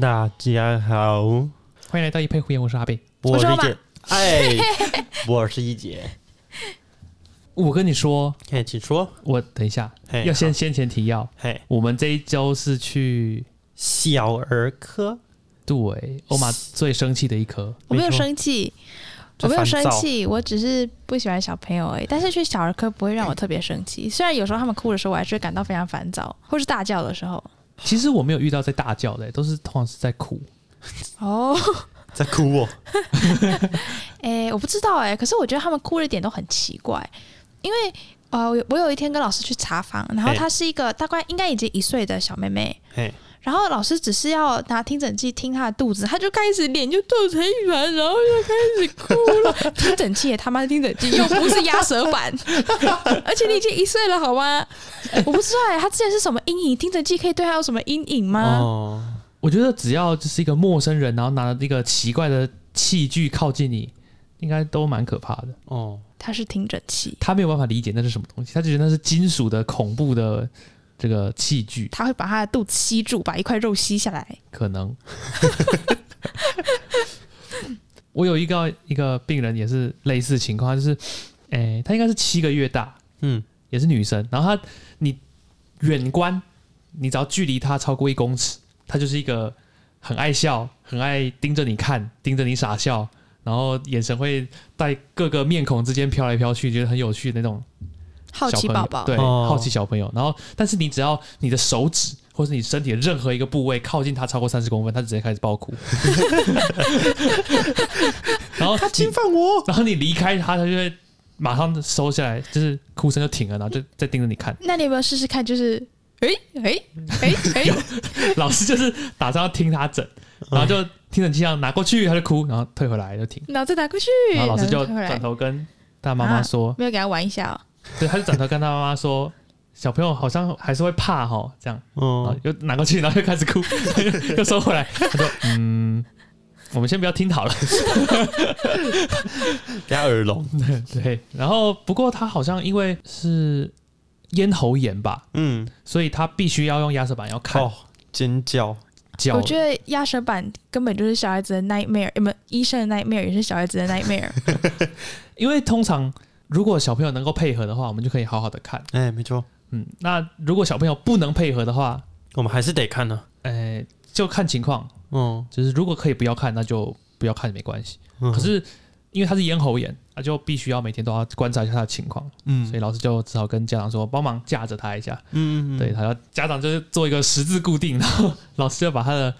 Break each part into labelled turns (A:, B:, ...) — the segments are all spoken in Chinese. A: 大家好，
B: 欢迎来到一派胡言，我是阿贝。
A: 我
C: 我
A: 是
C: 说
A: 一
C: 吧
A: 姐，哎，我是一姐，
B: 我跟你说，哎
A: 嘿，请说，
B: 我等一下
A: 嘿，
B: 要先先前提要，
A: 嘿，
B: 我们这一周是去
A: 小儿科，
B: 对欧玛最生气的一科，
C: 我没有
A: 错
C: 生气，
A: 这
C: 我没有
A: 烦
C: 生
A: 躁
C: 气，我只是不喜欢小朋友而已。但是去小儿科不会让我特别生气， 虽然有时候他们哭的时候，我还是会感到非常烦躁，或是大叫的时候。
B: 其实我没有遇到在大叫的，都是通常是在哭。
C: 哦，
A: 在哭哦，
C: 哎，我不知道哎、可是我觉得他们哭的点都很奇怪，因为呃，我有我有一天跟老师去查房，然后
A: 嘿
C: 她是一个大概应该已经一岁的小妹妹，
A: 嘿，
C: 然后老师只是要拿听诊器听她的肚子，她就开始脸就皱成一团，然后就开始哭了。 听诊器也他妈的听诊器，又不是压舌板，而且你已经一岁了好吗？我不知道哎、她之前是什么阴影？听诊器可以对她有什么阴影吗？
A: 哦，
C: 啊
B: 我觉得只要就是一个陌生人，然后拿着一个奇怪的器具靠近你，应该都蛮可怕的。
A: 哦，
C: 她是听诊器，
B: 他没有办法理解那是什么东西，他就觉得那是金属的恐怖的这个器具，
C: 她会把她的肚子吸住，把一块肉吸下来。
B: 可能。 我有一个一个病人也是类似情况，他就是，诶、她应该是七个月大，
A: 嗯，
B: 也是女生。然后她，你远观，你只要距离她超过一公尺，她就是一个很爱笑、很爱盯着你看、盯着你傻笑，然后眼神会在各个面孔之间飘来飘去，觉得很有趣的那种
C: 好
B: 小
C: 奇
B: 朋
C: 宝
B: 友
C: 宝，
B: 对，
A: 哦
B: 好奇小朋友。然后，但是你只要你的手指或是你身体的任何一个部位靠近他超过三十公分，他就直接开始爆 哭。然后
A: 他
B: 你
A: 侵犯我，
B: 然后你离开他，他就会马上收下来，就是哭声就停了，然后就再盯着你 看。
C: 那你有没有试试看？就是，哎哎 哎哎，
B: 老师就是打算要听他整，
C: 嗯
B: 然后就听着气象拿过去，他就哭，然后退回来就停。
C: 脑子拿过去，
B: 然后老师就
C: 然后退回来啊
B: 转头跟他妈妈说，
C: 没有给他玩一下哦。
B: 对，他就转头跟他妈妈说，小朋友好像还是会怕哈，这样。然后
A: 哦，
B: 啊又拿过去，然 后又开始哭，又收回来。他说：“嗯，我们先不要听好了。
A: 加耳聋，”
B: 对，然后不过他好像因为是咽喉炎吧，
A: 嗯，
B: 所以他必须要用压舌板要看
A: 哦，尖叫，
B: 脚
C: 我。觉得压舌板根本就是小孩子的 nightmare，呃不，医生的 nightmare 也是小孩子 的 nightmare。
B: 因为通常如果小朋友能够配合的话，我们就可以好好的看。
A: 哎，没错，
B: 嗯，那如果小朋友不能配合的话，
A: 我们还是得看呢，
B: 呃，就看情况，
A: 嗯，
B: 就是如果可以不要看，那就不要看也没关系。
A: 嗯
B: 可，是因为他是咽喉炎，他就必须要每天都要观察一下他的情况。
A: 嗯
B: 所以老师就只好跟家长说帮忙架着他一下，
A: 嗯，嗯
B: 对，，他要家长就是做一个十字固定，然后老师就把他的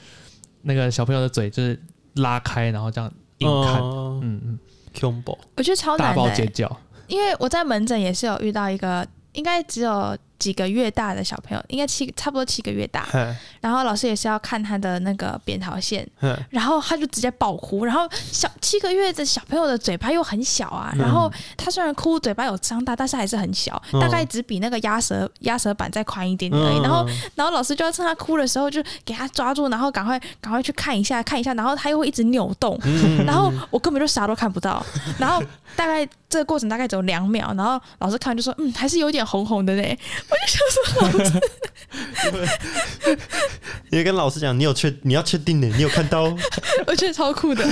B: 那个小朋友的嘴就是拉开，然后这样硬
A: 哦
B: 看，
A: 看
B: 嗯嗯，
A: ，combo，
C: 我觉得超
B: 大
C: 难的
B: 爆
C: 欸、
B: 尖叫，
C: 因为我在门诊也是有遇到一个，应该只有几个月大的小朋友，应该七差不多七个月大，
A: 嘿，
C: 然后老师也是要看他的那个扁桃腺，
A: 嘿，
C: 然后他就直接爆哭，然后小七个月的小朋友的嘴巴又很小啊，然后他虽然哭嘴巴有张大，但是还是很小，
A: 嗯
C: 大概只比那个压舌压舌板再宽一点点而哎已。然后然后老师就要趁他哭的时候就给他抓住，然后赶快赶快去看一下看一下，然后他又会一直扭动，
A: 嗯，嗯
C: 然后我根本就啥都看不到，然后大概这个过程大概只有两秒，然后老师看完就说嗯还是有点红红的呢，
A: 你跟老师讲，你有确，你要确定的，你有看到哦。
C: 我觉得超酷的。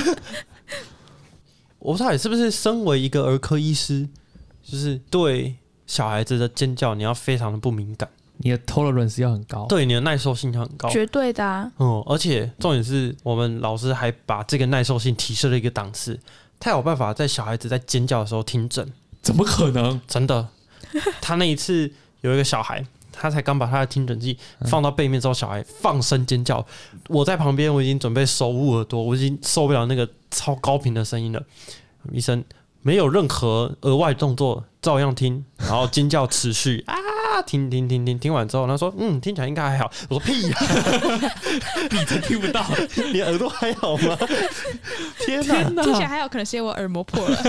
A: 我不知道你是不是身为一个儿科医师，就是对小孩子的尖叫你要非常的不敏感，
B: 你的 tolerance 要很高，，
A: 对你的耐受性要很高。
C: 绝对的、啊，
A: 嗯，而且重点是我们老师还把这个耐受性提升了一个档次，他有办法在小孩子在尖叫的时候听诊，
B: 怎么可能？
A: 真的。他那一次有一个小孩，他才刚把他的听诊器
B: 嗯
A: 放到背面之后，小孩放声尖叫，我在旁边我已经准备手捂耳朵，我已经受不了那个超高频的声音了。医生没有任何额外动作，照样听，然后尖叫持续 啊，听听听听听完之后，他说嗯，听起来应该还好。我说屁呀、
B: 你才听不到，
A: 你耳朵还好 吗？天哪！
B: 天
C: 啊听起来
B: 哪！
C: 还有可能是因为我耳膜破了。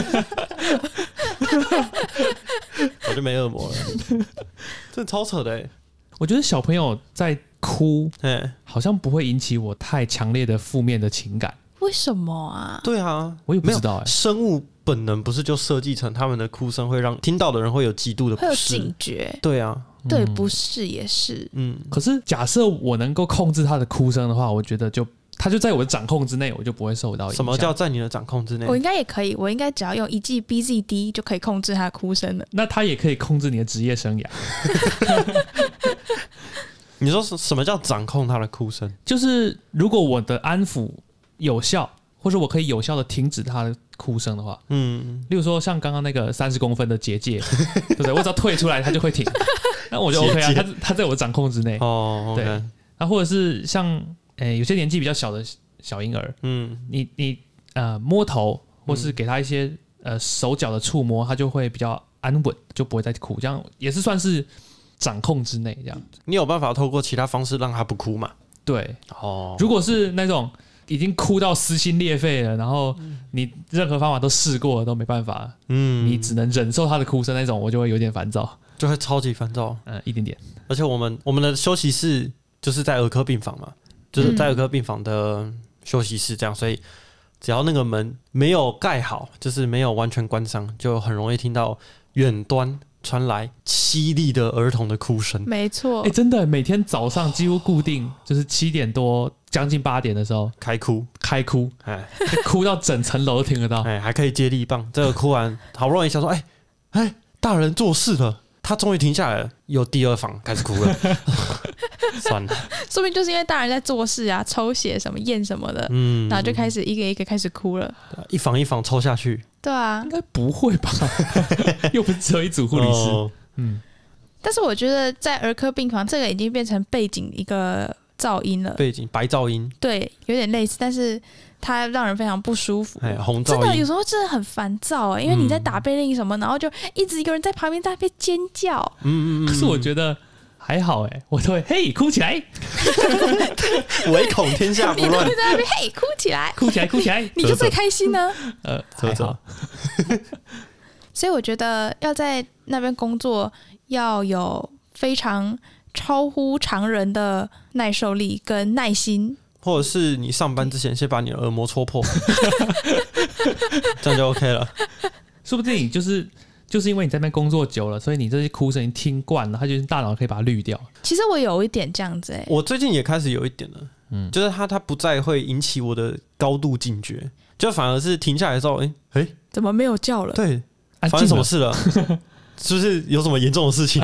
A: 我就没耳膜了，这超扯的欸
B: 我觉得小朋友在哭
A: 哎、
B: 好像不会引起我太强烈的负面的情感，
C: 为什么啊？
A: 对啊，
B: 我也不
A: 没有
B: 知道哎、
A: 生物本能不是就设计成他们的哭声会让听到的人会有极度的
C: 会
A: 不
C: 有
A: 适
C: 警？觉，
A: 对啊，
C: 对，不是也是。
A: 嗯，
B: 可是假设我能够控制他的哭声的话，我觉得就它就在我的掌控之内，我就不会受到影响。
A: 什么叫？在你的掌控之内？
C: 我应该也可以，我应该只要用一剂 BZD 就可以控制他的哭声了。
B: 那它也可以控制你的职业生涯，
A: 你说什什么叫掌控他的哭声？
B: 就是如果我的安抚有效，或者我可以有效的停止它的哭声的话，
A: 嗯，
B: 例如说像刚刚那个三十公分的结界，对不对？我只要退出来，它就 会停，那我就 OK 啊，
A: 结界
B: 它它在我的掌控之内。
A: 哦，
B: 对
A: OK，
B: 那或者是像诶、有些年纪比较小的小婴儿，
A: 嗯，
B: 你你呃摸头，或是给他一些、呃手脚的触摸，他就会比较安稳，就不会再哭，这样也是算是掌控之内这样。
A: 你有办法透过其他方式让他不哭嘛？
B: 对，
A: 哦，
B: 如果是那种已经哭到撕心裂肺了，然后你任何方法都试过了都没办法，
A: 嗯，
B: 你只能忍受他的哭声那种，我就会有点烦躁，
A: 就会超级烦躁。
B: 嗯、一点点。
A: 而且我们我们的休息室就是在儿科病房嘛，就是在儿科病房的休息室这样，所以只要那个门没有盖好，就是没有完全关上，就很容易听到远端传来凄厉的儿童的哭声。
C: 没错
A: 哦
B: 哎、，真的，每天早上几乎固定就是七点多，将近八点的时候
A: 开哭，
B: 开哭，
A: 哎
B: 哭到整层楼都听得到。
A: 哎，还可以接力棒。这个哭完，好不容易想说，哎哎，大人做事了，他终于停下来了。又第二房开始哭了，算了，
C: 说不定就是因为大人在做事啊，抽血什么验什么的，
A: 嗯，
C: 然后就开始一个一个开始哭了。
A: 一房一房抽下去。
C: 对啊
B: 应，该不 会吧？又不是只有一组护理师。
A: 哦
B: 嗯，
C: 但是我觉得在儿科病房，这个已经变成背景一个噪音了，
A: 背景白噪音，
C: 对，有点类似，但是它让人非常不舒服。
A: 哎，红
C: 真
A: 噪
C: 的
A: 音
C: 有。时候真的很烦躁、欸，因为你在
A: 嗯
C: 打贝令什么，然后就一直有人在旁边在那边尖叫，
A: 嗯嗯嗯。
B: 可是我觉得还好哎、我都会嘿哭起来，
A: 得唯恐天下
C: 你
A: 不
C: 都
A: 乱
C: 会。在那边嘿哭起来，
B: 哭起来，哭 起来。
C: 你就最开心 呢、
B: 呃，
A: 走
B: 还好
A: 走，
C: 所以我觉得要在那边工作，要有非常超乎常人的耐受力跟耐心。
A: 或者是你上班之前先把你的耳膜戳破， 这样就 OK 了。
B: 说不定你就是就是因为你在那边工作久了，所以你这些哭声你听惯了，它就是大脑可以把它滤掉。
C: 其实我有一点这样子、欸，
A: 我最近也开始有一点了，
B: 嗯
A: 就是它它不再会引起我的高度警觉，就反而是停下来之后，哎、哎、
C: 怎么没有叫了？
A: 对，
B: 呃安
A: 发
B: 啊静
A: 生什么
B: 了
A: 事了？ 是不是有什么严重的事情？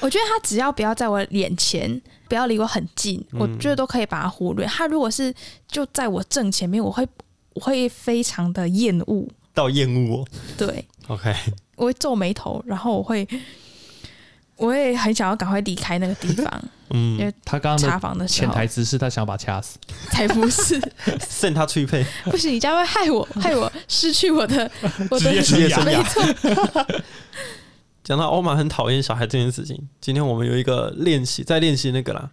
C: 我觉得他只要不要在我眼前，不要离我很近，
A: 嗯
C: 我觉得都可以把它忽略。他如果是就在我正前面，我会我会非常的厌恶，
A: 到厌恶我
C: 对
A: ？OK，
C: 我会皱眉头，然后我会我会很想要赶快离开那个地 方。
A: 嗯
C: 因为，
B: 他刚刚
C: 查
B: 的
C: 房的时
B: 潜
C: 候
B: 台词是他想把他掐死。
C: 才不是，
A: 剩他脆配，
C: 不是你这样会害 我，害我失去我的我的
A: 职业生涯
C: 没错，
A: 讲到欧玛很讨厌小孩这件事情，今天我们有一个练习，在练习那个啦，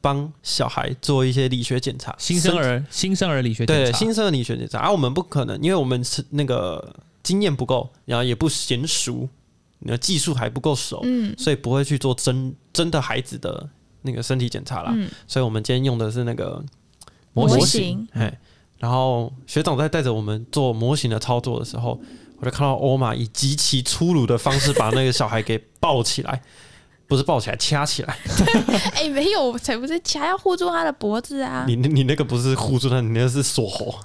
A: 帮小孩做一些理学检查，
B: 新生儿新生儿理学
A: 对
B: 检查，
A: 新生儿理学检查，而、啊我们不可能，因为我们是那个经验不够，然后也不娴熟，那技术还不够熟，
C: 嗯
A: 所以不会去做真真的孩子的那个身体检查啦。
C: 嗯，
A: 所以我们今天用的是那个
B: 模
C: 模
B: 型
C: 型
A: 哎，然后学长在带着我们做模型的操作的时候，我就看到欧玛以极其粗鲁的方式把那个小孩给抱起来，不是抱起来，掐起来。
C: 哎、没有，我才不是掐要护住他的脖子啊，
A: 你那你那个不是护住他，你那个是锁喉。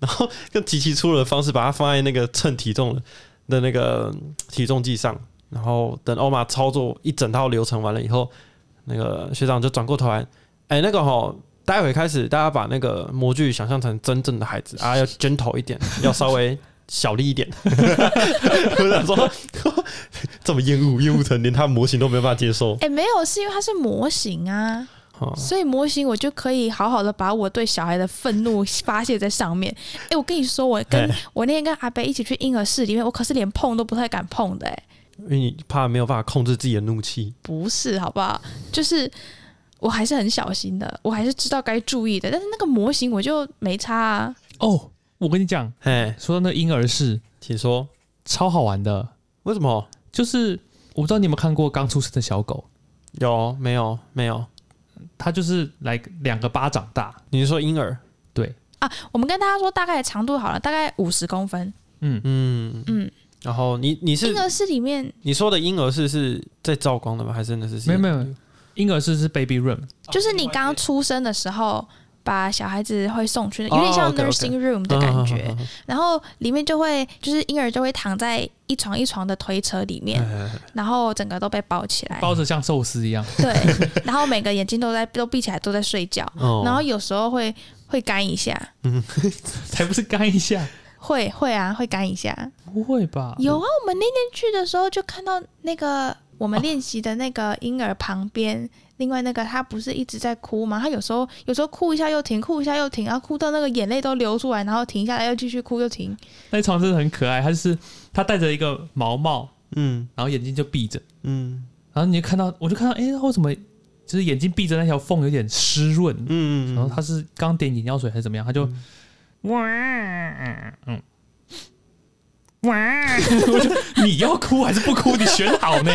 A: 然后用极其粗鲁的方式把它放在那个称体重的的那个嗯体重计上，然后等欧玛操作一整套流程完了以后，那个学长就转过头来，哎、那个吼，待会开始大家把那个模具想象成真正的孩子啊，要 gentle 一点，要稍微小力一点。 我想说， 这么厌恶厌恶成连他模型都没有办法接受
C: 哎、。没有，是因为它是模型啊，
A: 哦
C: 所以模型我就可以好好的把我对小孩的愤怒发泄在上面。哎、我跟你说，我跟
A: 哎
C: 我那天跟阿贝一起去婴儿室里面，我可是连碰都不太敢碰的、哎，
A: 因为你怕没有办法控制自己的怒气。
C: 不是，好不好？就是。我还是很小心的，我还是知道该注意的，但是那个模型我就没差啊。
B: 哦，我跟你讲，
A: 哎，
B: 说到那个婴儿室
A: 请说，
B: 超好玩的，
A: 为什么？
B: 就是我不知道你有没有看过刚出生的小狗，
A: 有没有没有？
B: 它就是来两个巴掌大，
A: 你是说婴儿？
B: 对，
C: 啊，我们跟大家说大概的长度好了，大概五十公分。
B: 嗯，
A: 嗯，
C: 嗯，
A: 然后你你是
C: 婴儿室里面
A: 你说的婴儿是是在照光的吗？还是那是
B: 没有没有，婴儿室是 baby room，
C: 就是你刚出生的时候，把小孩子会送去，有
B: 哦
C: 点像
B: OK，OK 嗯
C: nursing room 的感觉。
A: 啊
C: 然后里面就会就是婴儿就会躺在一床一床的推车里面，然后整个都被包起来，
B: 哎包着像寿司一 样，
C: 对，然后每个眼睛都在都闭起来都在睡觉，
A: 哦
C: 然后有时候会会干一下，
B: 才不是干一下，
C: 会会啊会干一下，
B: 不会吧？
C: 有啊，我们那天去的时候就看到那
A: 哦
C: 个我们练习的那个婴儿旁边。另外那个他不是一直在哭吗？他有时候有时候哭一下又停，哭一下又停，然后哭到那个眼泪都流出来，然后停下来又继续哭又停。
B: 那一床真的很可爱，它就是它戴着一个毛帽，
A: 嗯
B: 然后眼睛就闭着，
A: 嗯
B: 然后你就看到，我就看到，哎、为什么就是眼睛闭着那条缝有点湿润？
A: 嗯，
B: 然后他是刚点眼药水还是怎么样？他就哇，嗯，哇， 我就你要哭还是不哭？你选好呢？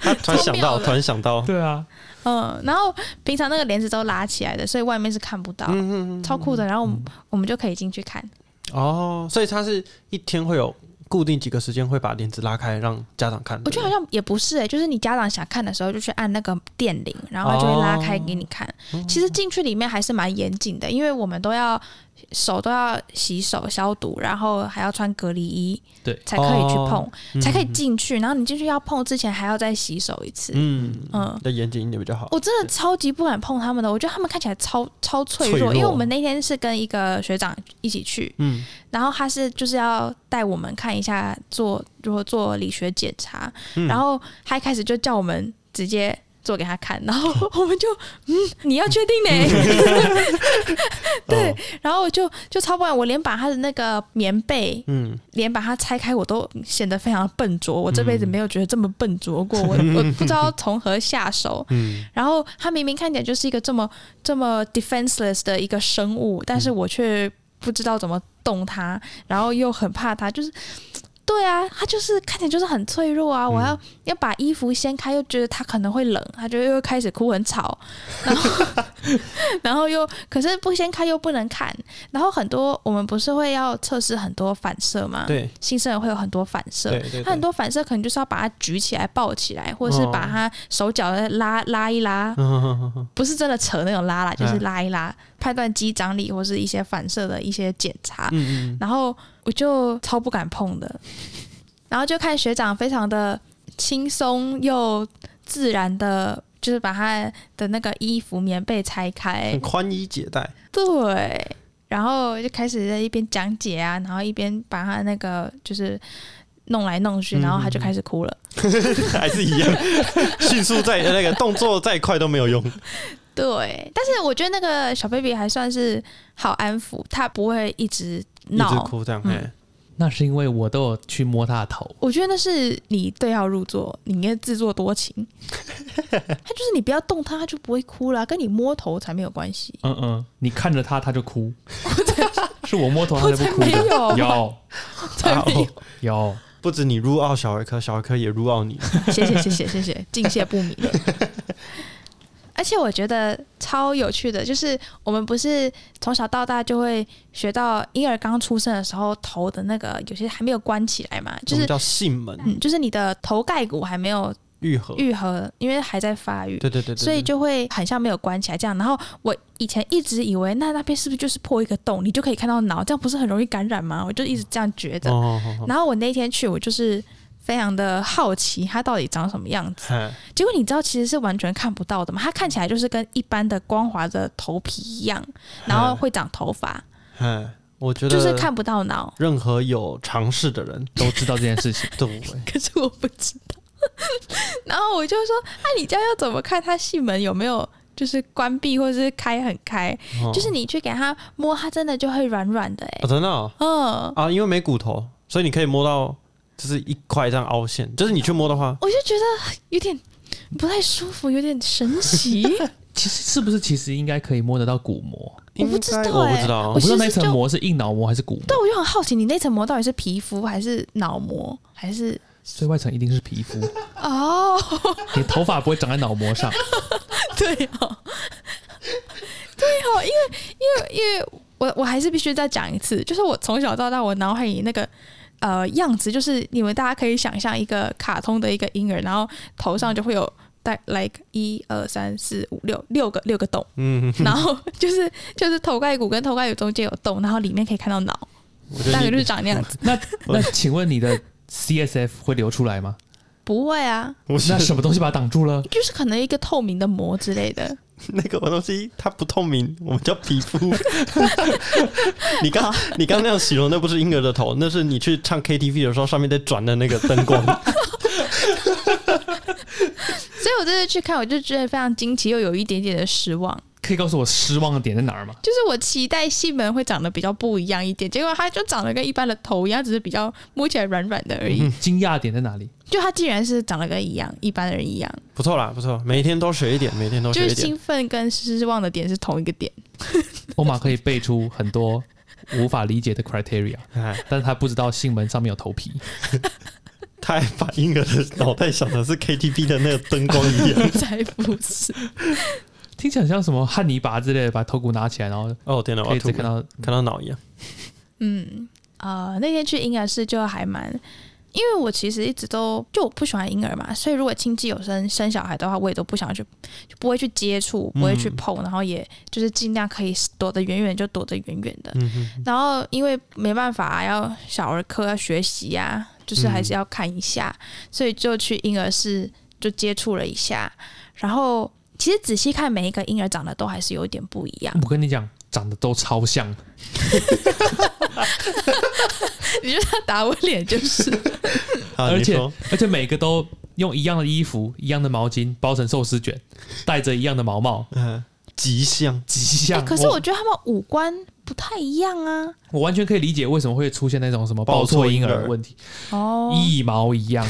A: 他突然想
C: 超妙
A: 到，
C: 的
A: 突然想到，
B: 对啊，
C: 嗯，然后平常那个帘子都拉起来的，所以外面是看不到，
A: 嗯嗯嗯
C: 超酷的。然后我们、我们就可以进去看。
A: 哦，所以他是一天会有固定几个时间会把帘子拉开让家长看。
C: 我觉得好
A: 对
C: 像也不是哎、就是你家长想看的时候就去按那个电铃，然后它就会拉开给你看。
A: 哦
C: 其实进去里面还是蛮严谨的，因为我们都要手都要洗手消毒，然后还要穿隔离衣，
B: 对
C: 才可以去
A: 哦
C: 碰，
A: 不对
C: 才可以，进去。然后你进去要碰之前还要再洗手一次。
A: 嗯嗯，
C: 嗯
A: 要严谨一点比较好。
C: 我真的超级不敢碰他们的，我觉得他们看起来超超脆弱，
A: 脆弱
C: 因为我们那天是跟一个学长一起去，
A: 嗯
C: 然后他是就是要带我们看一下做如何做理学检查，
A: 嗯
C: 然后他一开始就叫我们直接做给他看， 然后我们就嗯你要确定呢、
A: 嗯
C: 对，
A: 哦
C: 然后我就就超不敢，我连把他的那个棉被
A: 嗯，
C: 连把它拆开我都显得非常笨拙，我这辈子没有觉得这么笨拙过，我我不知道从何下手。然后他明明看起来就是一个这么这么 defenseless 的一个生物，但是我却不知道怎么动它，然后又很怕它，就是。对啊，它就是看起来就是很脆弱啊！我要要把衣服掀开，又觉得它可能会冷，它就又开始哭很吵，然后 然后又可是不掀开又不能看，然后很多我们不是会要测试很多反射吗？，
A: 对
C: 新生儿会有很多反射，
A: 对对，
C: 他很多反射可能就是要把它举起来、抱起来，或者是
A: 哦
C: 把他手脚拉拉一拉，
A: 嗯多，
C: 不是真的扯那种拉啦，就是
A: 嗯
C: 拉一拉，判断肌张力或是一些反射的一些检查。
A: 嗯嗯
C: 然后我就超不敢碰的， 然后就看学长非常的轻松又自然的，就是把他的那个衣服、棉被拆开，
A: 很宽衣解带，
C: 对，然后就开始在一边讲解啊，然后一边把他那个就是弄来弄去，
A: 嗯
C: 然后他就开始哭了。
A: 还是一样， 迅速再那个动作再快都没有用。
C: 对，但是我觉得那个小 baby 还算是好安抚，他不会一直
A: 一直
C: 闹。
A: 哭这样，
C: 嗯
A: 哎，
B: 那是因为我都有去摸他的头，
C: 我觉得那是你对号入座，你应该自作多 情。他就是你不要动他，他就不会哭啦，跟你摸头才没有关系。
B: 嗯嗯，你看着他他就哭，是我摸头他
C: 我
B: 就
C: 才
B: 不哭
C: 没
B: 的，
C: 有，
B: 有
C: 才没有。
B: 有，
A: 不止你入奥小儿科，小儿科也入奥你。
C: 谢谢谢谢谢谢，敬谢不敏。 而且我觉得超有趣的，就是我们不是从小到大就会学到婴儿刚出生的时候头的那个有些还没有关起来嘛，就
A: 我们
C: 是
A: 叫囟门
C: 嗯，就是你的头盖骨还没有
A: 愈合，
C: 愈合，因为还在发育，
A: 对对对对，
C: 所以就会很像没有关起来这样。然后我以前一直以为那那边是不是就是破一个洞，你就可以看到脑，这样不是很容易感染吗？我就一直这样觉
A: 对
C: 得。
A: 哦，哦哦
C: 然后我那天去，我就是非常的好奇它到底长什么样子。
A: 嘿
C: 结果你知道其实是完全看不到的嘛，它看起来就是跟一般的光滑的头皮一样，然
A: 嗯
C: 后会长头发，
A: 嘿，我觉得
C: 就是看不到脑。
A: 任何有尝试的人
B: 都知道这件事情，
A: 对，
C: 可是我不知道， 然后我就说：“那、你这样要怎么看它细门有没有就是关闭或者是开很开？
A: 哦
C: 就是你去给它摸，它真的就会软软的、欸，
A: 哦真的哦
C: 嗯。”
A: 啊，因为没骨头，所以你可以摸到就是一块这样凹陷，就是你去摸的话，
C: 我就觉得有点不太舒服，有点神奇，
B: 其实是不是其实应该可以摸得到骨膜？
C: 我不知道
A: 应该我
C: 哎
A: 不知道
B: 我不
A: 哦，
B: 知道那
C: 其实
B: 层
C: 就
B: 膜是硬脑膜还是骨膜
C: 但，我就很好奇，你那层膜到底是皮肤还是脑膜，还是
B: 最外层一定是 皮肤，
C: 哦？
B: 你头发不会长在脑膜上。
C: 对哦，对哦，因为因为因为我我还是必须再讲一次，就是我从小到大，我脑海里那个呃样子，就是你们大家可以想象一个卡通的一个婴儿，然后头上就会有带 like 一二三四五六六个六个 洞，
A: 嗯，
C: 然后就是就是头盖骨跟头盖骨中间有洞，然后里面可以看到脑，
A: 我觉
C: 大概
A: 得
C: 就是
A: 你
C: 长那样子。
B: 那那请问你的 CSF 会流出 来吗？
C: 不会啊，
A: 我是
B: 那什么东西把它挡住了？
C: 就是可能一个透明的膜之类的。
A: 那个东西它不透明，我们叫皮肤。 你刚你刚那样形容，那不是婴儿的头，那是你去唱 KTV 的时候上面在转的那个灯光。
C: 所以我这次去看，我就觉得非常惊奇，又有一点点的失望。
B: 可以告诉我失望的点在哪儿吗？
C: 就是我期待细门会长得比较不一样一点，结果它就长得跟一般的头一样，只是比较摸起来软软的而
A: 嗯
C: 已。
B: 惊讶点在哪里？
C: 就它竟然是长得跟一样一般的人一样，
A: 不错啦，不错，每天都学一点，每天都
C: 就
A: 学哦
C: 是
A: 一点。
C: 兴奋跟失望的点是同一个点。
B: 欧玛可以背出很多无法理解的 criteria，
A: 哎，
B: 但是他不知道性门上面有头皮。
A: 他还把婴儿的脑袋想的是 KTV 的那个灯光一 样。
C: 才不是，
B: 听起来像什么汉尼拔之类的，把头骨拿起来，然后
A: 哦天哪，我
B: 可
A: 要
B: 以
A: 吐
B: 只
A: 了
B: 看到
A: 看到脑一样。
C: 嗯啊、呃那天去婴儿室就还蛮，因为我其实一直都就我不喜欢婴儿嘛，所以如果亲戚有生生小孩的话，我也都不想去，就不会去接触，不会去
A: 嗯
C: 碰，然后也就是尽量可以躲得远远就躲得远远的。
A: 嗯哼，
C: 然后因为没办法、要小儿科要学习呀、就是还是要看一下，所以就去婴儿室就接触了一下。然后其实仔细看每一个婴儿长得都还是有点不一 样，
B: 我跟你讲，长得都超像。
C: 你就要打我脸就是。
A: 好，
B: 而
A: 啊你
B: 且
A: 说
B: 而且每个都用一样的衣服、一样的毛巾包成寿司卷，戴着一样的毛帽，
A: 嗯，极像。
B: 极
C: 哎、
B: 像。
C: 可是我
B: 我
C: 觉得他们五官不太一样啊。
B: 我完全可以理解为什么会出现那种什么抱错婴儿的问题，
C: 哦
B: 一毛一样。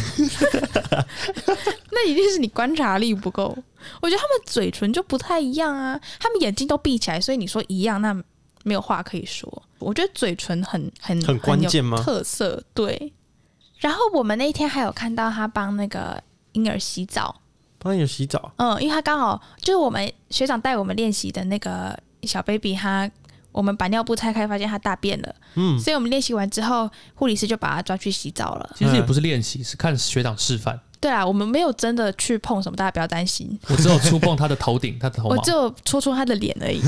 C: 那一定是你观察力不够。我觉得他们嘴唇就不太一样啊，他们眼睛都闭起来，所以你说一样，那没有话可以说。我觉得嘴唇很嗯很
A: 很关键
C: 有
A: 吗
C: 特色对。然后我们那天还有看到他帮那个婴儿洗澡，
A: 帮你洗澡，
C: 嗯，因为他刚好就是我们学长带我们练习的那个小 baby，他我们把尿布拆开，发现他大便了，
A: 嗯，
C: 所以我们练习完之后，护理师就把他抓去洗澡了。
B: 其实也不是练习，是看学长示 范。
C: 对啊，我们没有真的去碰什么，大家不要担心。
B: 我只有触碰他的头顶，他的头
C: 我
B: 毛。
C: 只有戳戳他的脸而已，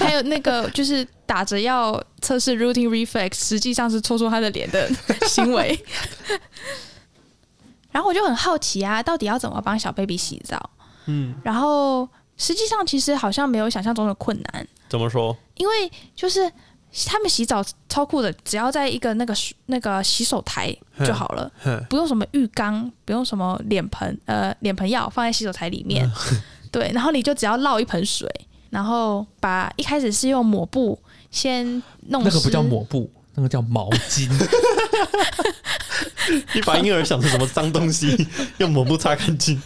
C: 还有那个就是打着要测试 routine reflex，实际上是戳戳他的脸的行为。 然后我就很好奇啊，到底要怎么帮小 baby 洗澡？嗯，然后实际上其实好像没有想象中的困难，
A: 怎么说？
C: 因为就是他们洗澡超酷的，只要在一个那个水那个洗手台就好了，
A: 哼，
C: 不用什么浴缸，不用什么脸盆，呃，脸盆药放在洗手台里
B: 嗯
C: 面， 对，然后你就只要捞一盆水，然后把一开始是用抹布先弄
B: 那个
C: 湿
B: 不叫，抹布，那个叫毛巾。
A: 你把婴儿想成什么脏东西， 用抹布擦干净。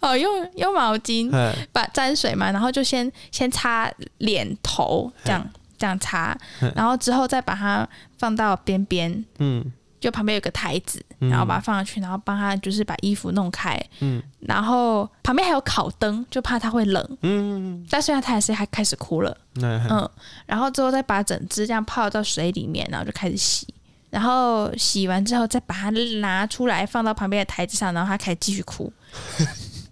C: 哦，用用毛巾
A: 哎，
C: 把沾水嘛，然后就先先擦脸头，这样这样擦，然后之后再把它放到边边，
A: 嗯，
C: 就旁边有个台子，
A: 嗯
C: 然后把它放上去，然后帮他就是把衣服弄开，
A: 嗯
C: 然后旁边还有烤灯，就怕它会冷，
A: 嗯，
C: 但虽然它还是还开始哭了。
A: 那还
C: 嗯，然后之后再把整只这样泡到水里面，然后就开始洗。然后洗完之后再把它拿出来放到旁边的台子上，然后它开始继 续哭。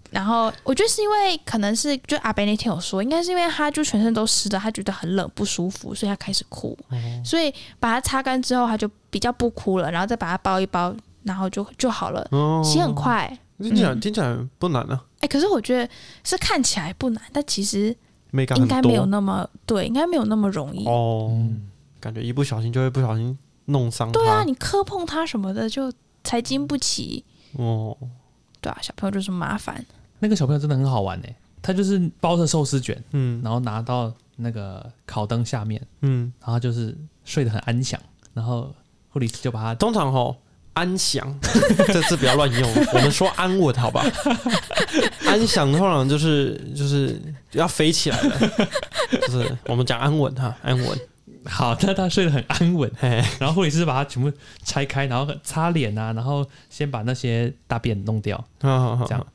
C: 然后我觉得是因为可能是就阿北那天有说，应该是因为他就全身都湿的，他觉得很冷不舒服，所以他开始哭。
A: 哦
C: 所以把它擦干之后，他就比较不哭了，然后再把它包一包，然后就就好了，
A: 哦
C: 洗很快。
A: 听起来
C: 嗯
A: 听起来不难啊，
C: 哎，可是我觉得是看起来不难，但其实
A: 美感
C: 应
A: 很
C: 该
A: 多
C: 没有那么对，应该没有那么容易。
A: 哦，
B: 嗯
A: 感觉一不小心就会不小心弄伤
C: 对啊，
A: 它。
C: 你磕碰它什么的就才经不起，
A: 哦，
C: 对啊，小朋友就是麻烦。
B: 那个小朋友真的很好玩哎、他就是包着寿司卷，
A: 嗯
B: 然后拿到那个烤灯下面，
A: 嗯，
B: 然后就是睡得很安详，然后护理师就把他
A: 通常吼安详， 这字不要乱用，我们说安稳 好吧？安详通常就是就是要飞起来了， 就是我们讲安稳哈，安稳。
B: 好，那他睡得很安 稳，
A: 嘿，
B: 然后护理师把他全部拆开，然后擦脸啊，然后先把那些大便弄掉，
A: 好好好，
B: 这样呃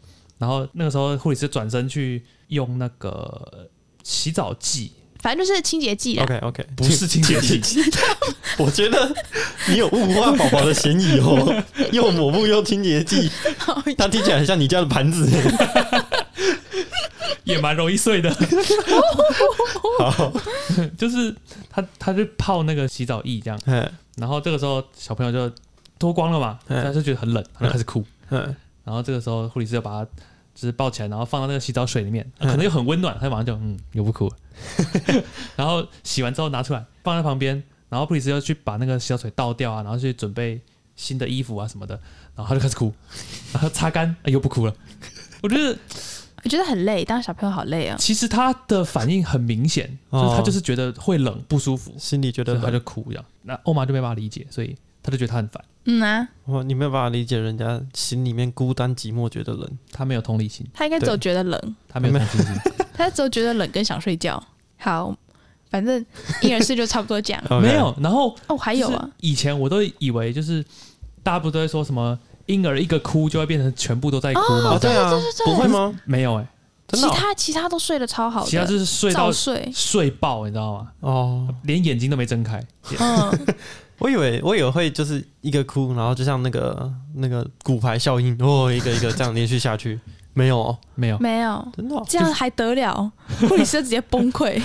B: 然后那个时候护理师转身去用那个洗澡剂
C: 反正就是清洁剂啊啦。
A: OK OK，
B: 不是清洁剂，
A: 我觉得你有物化宝宝的嫌疑哦， 又抹布又清洁 剂，它听起来很像你家的盘子。
B: 也蛮容易碎的。
A: 好，
B: 就是他他就泡那个洗澡液这样，
A: 嗯
B: 然后这个时候小朋友就脱光了嘛，
A: 嗯
B: 他就觉得很冷，他就开始哭。
A: 嗯
B: 然后这个时候护理师就把他就是抱起来，然后放到那个洗澡水里面，
A: 嗯
B: 可能又很温暖，他马上就嗯又不 哭了。然后洗完之后拿出来放在旁边，然后护理师就去把那个洗澡水倒掉啊，然后去准备新的衣服啊什么的，然后他就开始哭，然后擦干、哎又不哭了。我觉得
C: 我觉得很累，当小朋友好累啊。
B: 其实他的反应很明显，
A: 哦
B: 就是他就是觉得会冷不舒服，
A: 心里觉得
B: 所以他
A: 冷
B: 就哭这样。那欧妈就没办法理解，所以他就觉得他很烦，
C: 嗯啊，
A: 哇，你没有办法理解人家心里面孤单寂寞觉得冷。
B: 他没有同理心，
C: 他应该只有觉得冷，
B: 他没有
A: 没
B: 同情心。
A: 。
C: 他只有觉得冷跟想睡觉。好，反正婴儿室就差不多这样
A: OK
B: 没，有，然后
C: 哦，还有啊，，
B: 以前我都以为就是大家不都会说什么婴儿一个哭就会变成全部都在哭
A: 哦
B: 吗？
A: 对啊，不会吗？
B: 没有哎、
A: 真
C: 其
A: 的哦
C: 他其他都睡得超好的，
B: 哦其他就是睡到
C: 照睡。
B: 睡爆，你知道吗？
A: 哦，
B: 连眼睛都没睁开，
C: 嗯，
A: 我以为我以为会就是一个哭，然后就像那个那个骨牌效应，哦，一个一个这样连续下去， 没有哦，
B: 没有，
C: 没有，
A: 真的哦
C: 这样还得了？护理师直接崩溃。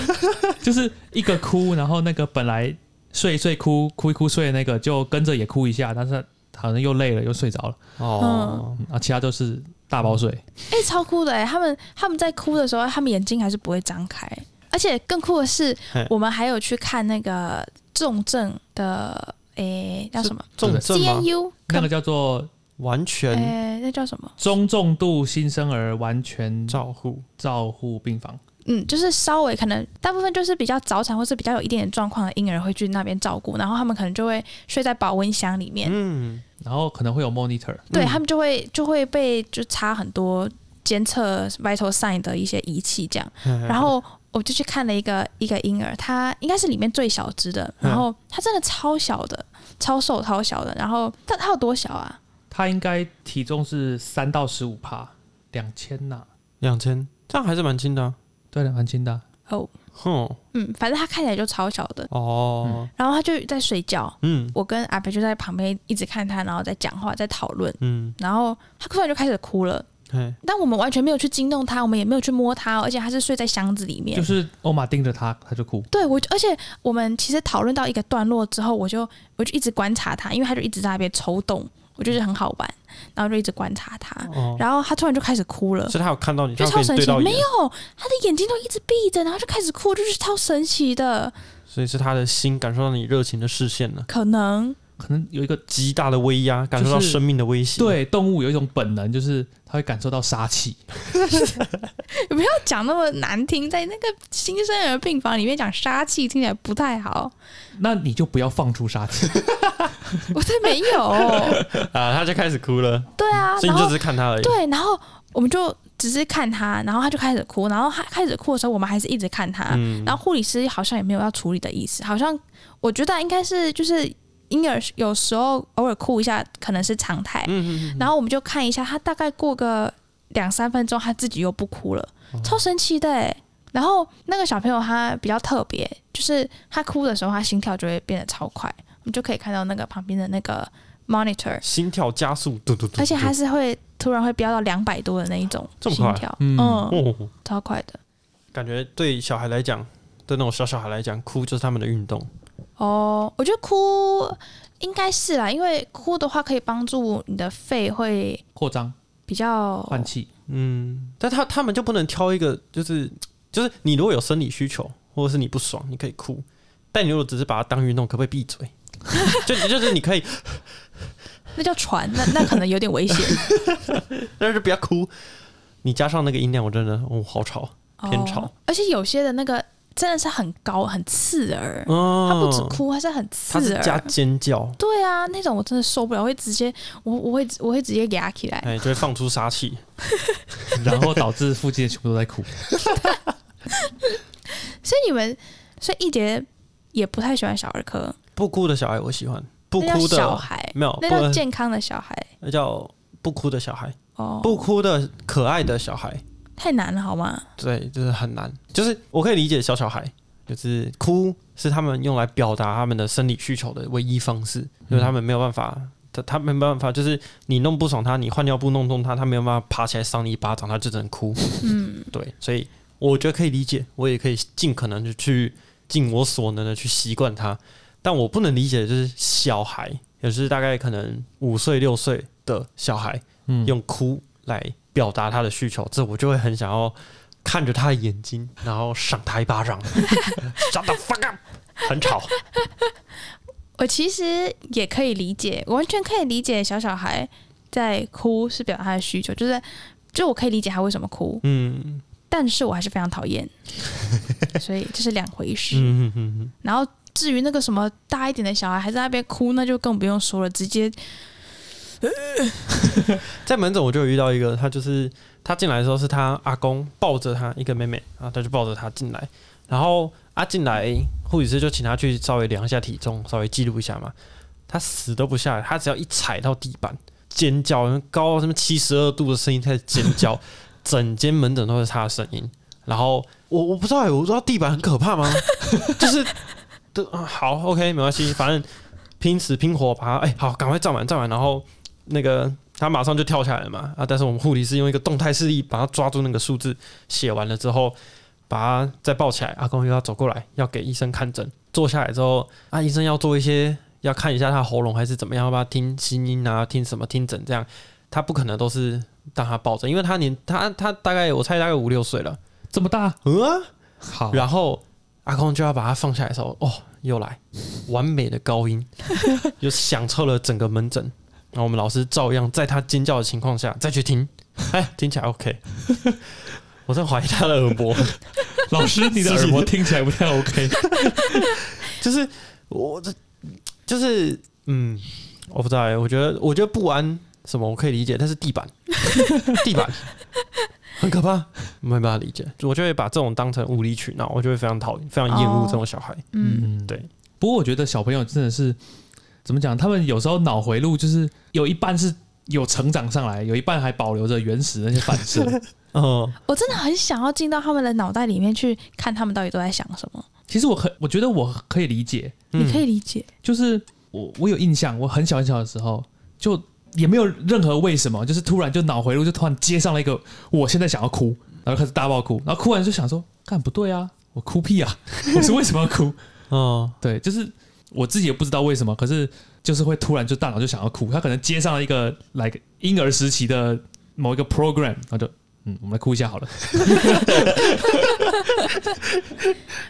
B: 就是一个哭，然后那个本来睡一睡哭哭一哭睡的那个就跟着也哭一下，但是好像又累了又睡着了，
A: 哦，
B: 嗯啊，其他都是大饱水。
C: 哎、超酷的哎、他们他们在哭的时候，他们眼睛还是不会张开，而且更酷的是
A: 嘿，
C: 我们还有去看那个重症的，哎、叫什么
A: 重症吗？
C: ？CNU，
B: 那个叫做
A: 完全
C: 哎、那叫什么？
B: 中重度新生儿完全
A: 照护，
B: 照护病房，
C: 嗯，就是稍微可能大部分就是比较早产或是比较有一点点状况的婴儿会去那边照顾，然后他们可能就会睡在保温箱里面，
A: 嗯，
B: 然后可能会有 monitor，
A: 嗯
C: 对他们就会就会被就插很多监测 vital sign 的一些仪器这样。
A: 嗯
C: 然后我就去看了一个一个婴儿，他应该是里面最小只的，
A: 嗯
C: 然后他真的超小的，超瘦超小的，然后但他有多小啊？
B: 他应该体重是三到十五帕，两千呐，
A: 两千，这样还是蛮轻的啊，
B: 对的，蛮轻的啊。
C: 哦，
A: 哼，
C: 嗯，反正他看起来就超小的，
A: 哦，
C: 然后他就在睡觉，
A: 嗯
C: 我跟阿培就在旁边一直看他，然后在讲话，在讨论，
A: 嗯，
C: 然后他突然就开始哭了，
A: 嘿，
C: 但我们完全没有去惊动他，我们也没有去摸他哦，而且他是睡在箱子里面
B: 就。是欧玛盯着他，他就哭。
C: 对，我就而且我们其实讨论到一个段落之后，我就我就一直观察他，因为他就一直在那边抽动，我就觉得很好玩，然后就一直观察他。
A: 哦，
C: 然后他突然就开始哭了，
A: 所以他有看到你，
C: 就
A: 他有
C: 超
A: 跟
C: 神
A: 你对
C: 奇，
A: 到眼
C: 没，有，他的眼睛都一直闭着，然后就开始哭，就是超神奇的，
A: 所以是他的心感受到你热情的视线了。
C: 可能
B: 可能有一个
A: 极大的威压，感受到
B: 就是
A: 生命的威胁。，
B: 对动物有一种本能，就是它会感受到杀气。
C: 不要讲那么难听，在那个新生儿病房里面讲杀气听起来不太好，
B: 那你就不要放出杀气，
C: 我才没 有，
A: 啊，他就开始哭了，
C: 对啊，
A: 所以
C: 然
A: 你就
C: 后
A: 只是看他而已。
C: 对，然后我们就只是看他，然后他就开始哭，然后他开始哭的时候，我们还是一直看他，
A: 嗯，
C: 然后护理师好像也没有要处理的意思，好像我觉得应该是就是婴儿有时候偶尔哭一下可能是常态，
A: 嗯嗯嗯
C: 然后我们就看一下，他大概过个两三分钟，他自己又不哭了，
A: 哦
C: 超神奇的、欸。然后那个小朋友他比较特别，就是他哭的时候，他心跳就会变得超快，我们就可以看到那个旁边的那个 monitor，
A: 心跳加速，嘟嘟嘟，
C: 而且
A: 还
C: 他是会突然会飙到两百多的那一种
A: 这么
C: 心
A: 快
C: 跳，
B: 嗯
C: 嗯，
A: 哦，
C: 超快的
A: 感觉对小孩来讲，对那种小小孩来讲，哭就是他们的运动。
C: 哦。我觉得哭应该是啦，因为哭的话可以帮助你的肺会
B: 扩张
C: 比较
B: 换气。
A: 嗯，但他他们就不能挑一个，就是就是你如果有生理需求，或者是你不爽，你可以哭。但你如果只是把它当运动，可不可以闭嘴？ 就就是你可以，
C: 那叫喘，那那可能有点危险，
A: 但是不要哭。你加上那个音量，我真的哦，好吵。 偏吵
C: 哦。而且有些的那个真的是很高很刺耳，
A: 哦，
C: 它不止，哭，它是很
A: 它
C: 刺
A: 是加
C: 耳。
A: 尖叫，
C: 对啊，那种我真的受不了，我会直接我我会我会直接压起来。
A: 哎，就会放出杀气。
B: 然后导致附近的全部都在哭。
C: 所以你们，所以一杰也不太喜欢小儿科，
A: 不哭的小孩我喜欢，不
C: 那
A: 哭
C: 叫小
A: 的
C: 孩，
A: 没有，不
C: 那叫健康的小孩
A: 那叫不哭的小孩，
C: 哦，
A: 不哭的可爱的小孩，
C: 太难了好吗？
A: 对，就是很难。就是我可以理解小小孩，就是哭是他们用来表达他们的生理需求的唯一方式，因为他们没有办法，他他没办法，就是你弄不爽他，你换尿布弄痛他，他没有办法爬起来赏你一巴掌，他就只能哭。
C: 嗯，
A: 对，所以我觉得可以理解，我也可以尽可能的去尽我所能的去习惯它。但我不能理解的就是小孩，也就是大概可能五岁六岁的小孩，
B: 嗯
A: 用哭来表达他的需求，这我就会很想要看着他的眼睛，然后赏他一巴掌 ，shut the fuck up，很吵。
C: 我其实也可以理解，我完全可以理解小小孩在哭是表达他的需求，就是就我可以理解他为什么哭，
A: 嗯
C: 但是我还是非常讨 厌，所以这是两回
A: 嗯
C: 事。
A: 嗯嗯
C: 然后至于那个什么大一点的小孩还在那边哭，那就更不用说了，直接
A: 嗯，在门诊我就有遇到一个，他就是他进来的时候是他阿公抱着他一个妹妹啊，他就抱着他进来，然后啊进来护理师就请啊他去稍微量一下体重，稍微记录一下嘛，他死都不下来，他只要一踩到地板，尖叫，高到什么七十二度的声音开始尖叫，整间门诊都是他的声音，然后我我不知道、欸，我不知道地板很可怕吗？就是，对啊，好，OK，没关系，反正拼死拼活把它，哎、好，赶快站完站完，然后那个他马上就跳下来了嘛，啊，但是我们护理师用一个动态视力把他抓住那个数字，写完了之后，把他再抱起来，阿公又要走过来要给医生看诊，坐下来之后，啊，医生要做一些要看一下他喉咙还是怎么样，要不要听心音啊，听什么听诊这样，他不可能都是让他抱着，因为他年他他大概我猜大概五六岁了，
B: 这么大，
A: 嗯啊、
B: 好，
A: 然后阿公就要把它放下来的时候，哦，又来完美的高音，就响彻了整个门诊。然后我们老师照样在他尖叫的情况下再去听，哎，听起来 OK。我在怀疑他的耳膜，
B: 老师，你的耳膜听起来不太 OK。
A: 就是我这就是嗯，我不知道、欸，我觉得我觉得不安什么我可以理解，但是地板地板很可怕，没办法理解。我就会把这种当成无理取闹，我就会非常讨厌、非常厌
C: 哦
A: 恶这种小孩。
C: 嗯，
B: 嗯，
A: 对。
B: 不过我觉得小朋友真的是怎么讲，他们有时候脑回路就是有一半是有成长上来，有一半还保留着原始的那些反射。
A: 嗯，
C: 我真的很想要进到他们的脑袋里面去看他们到底都在想什么，
B: 其实我很，我觉得我可以理解，
C: 你可
A: 以
C: 以理解，
B: 就是我我有印象，我很小很小的时候就也没有任何为什么，就是突然就脑回路就突然接上了一个我现在想要哭，然后开始大爆哭，然后哭完就想说，干不对啊，我哭屁啊， 我是为什么要哭？
A: 嗯。
B: 对，就是我自己也不知道为什么，可是就是会突然就大脑就想要哭，他可能接上了一个 like 婴儿时期的某一个 program，然后就嗯，我们来哭一下好了。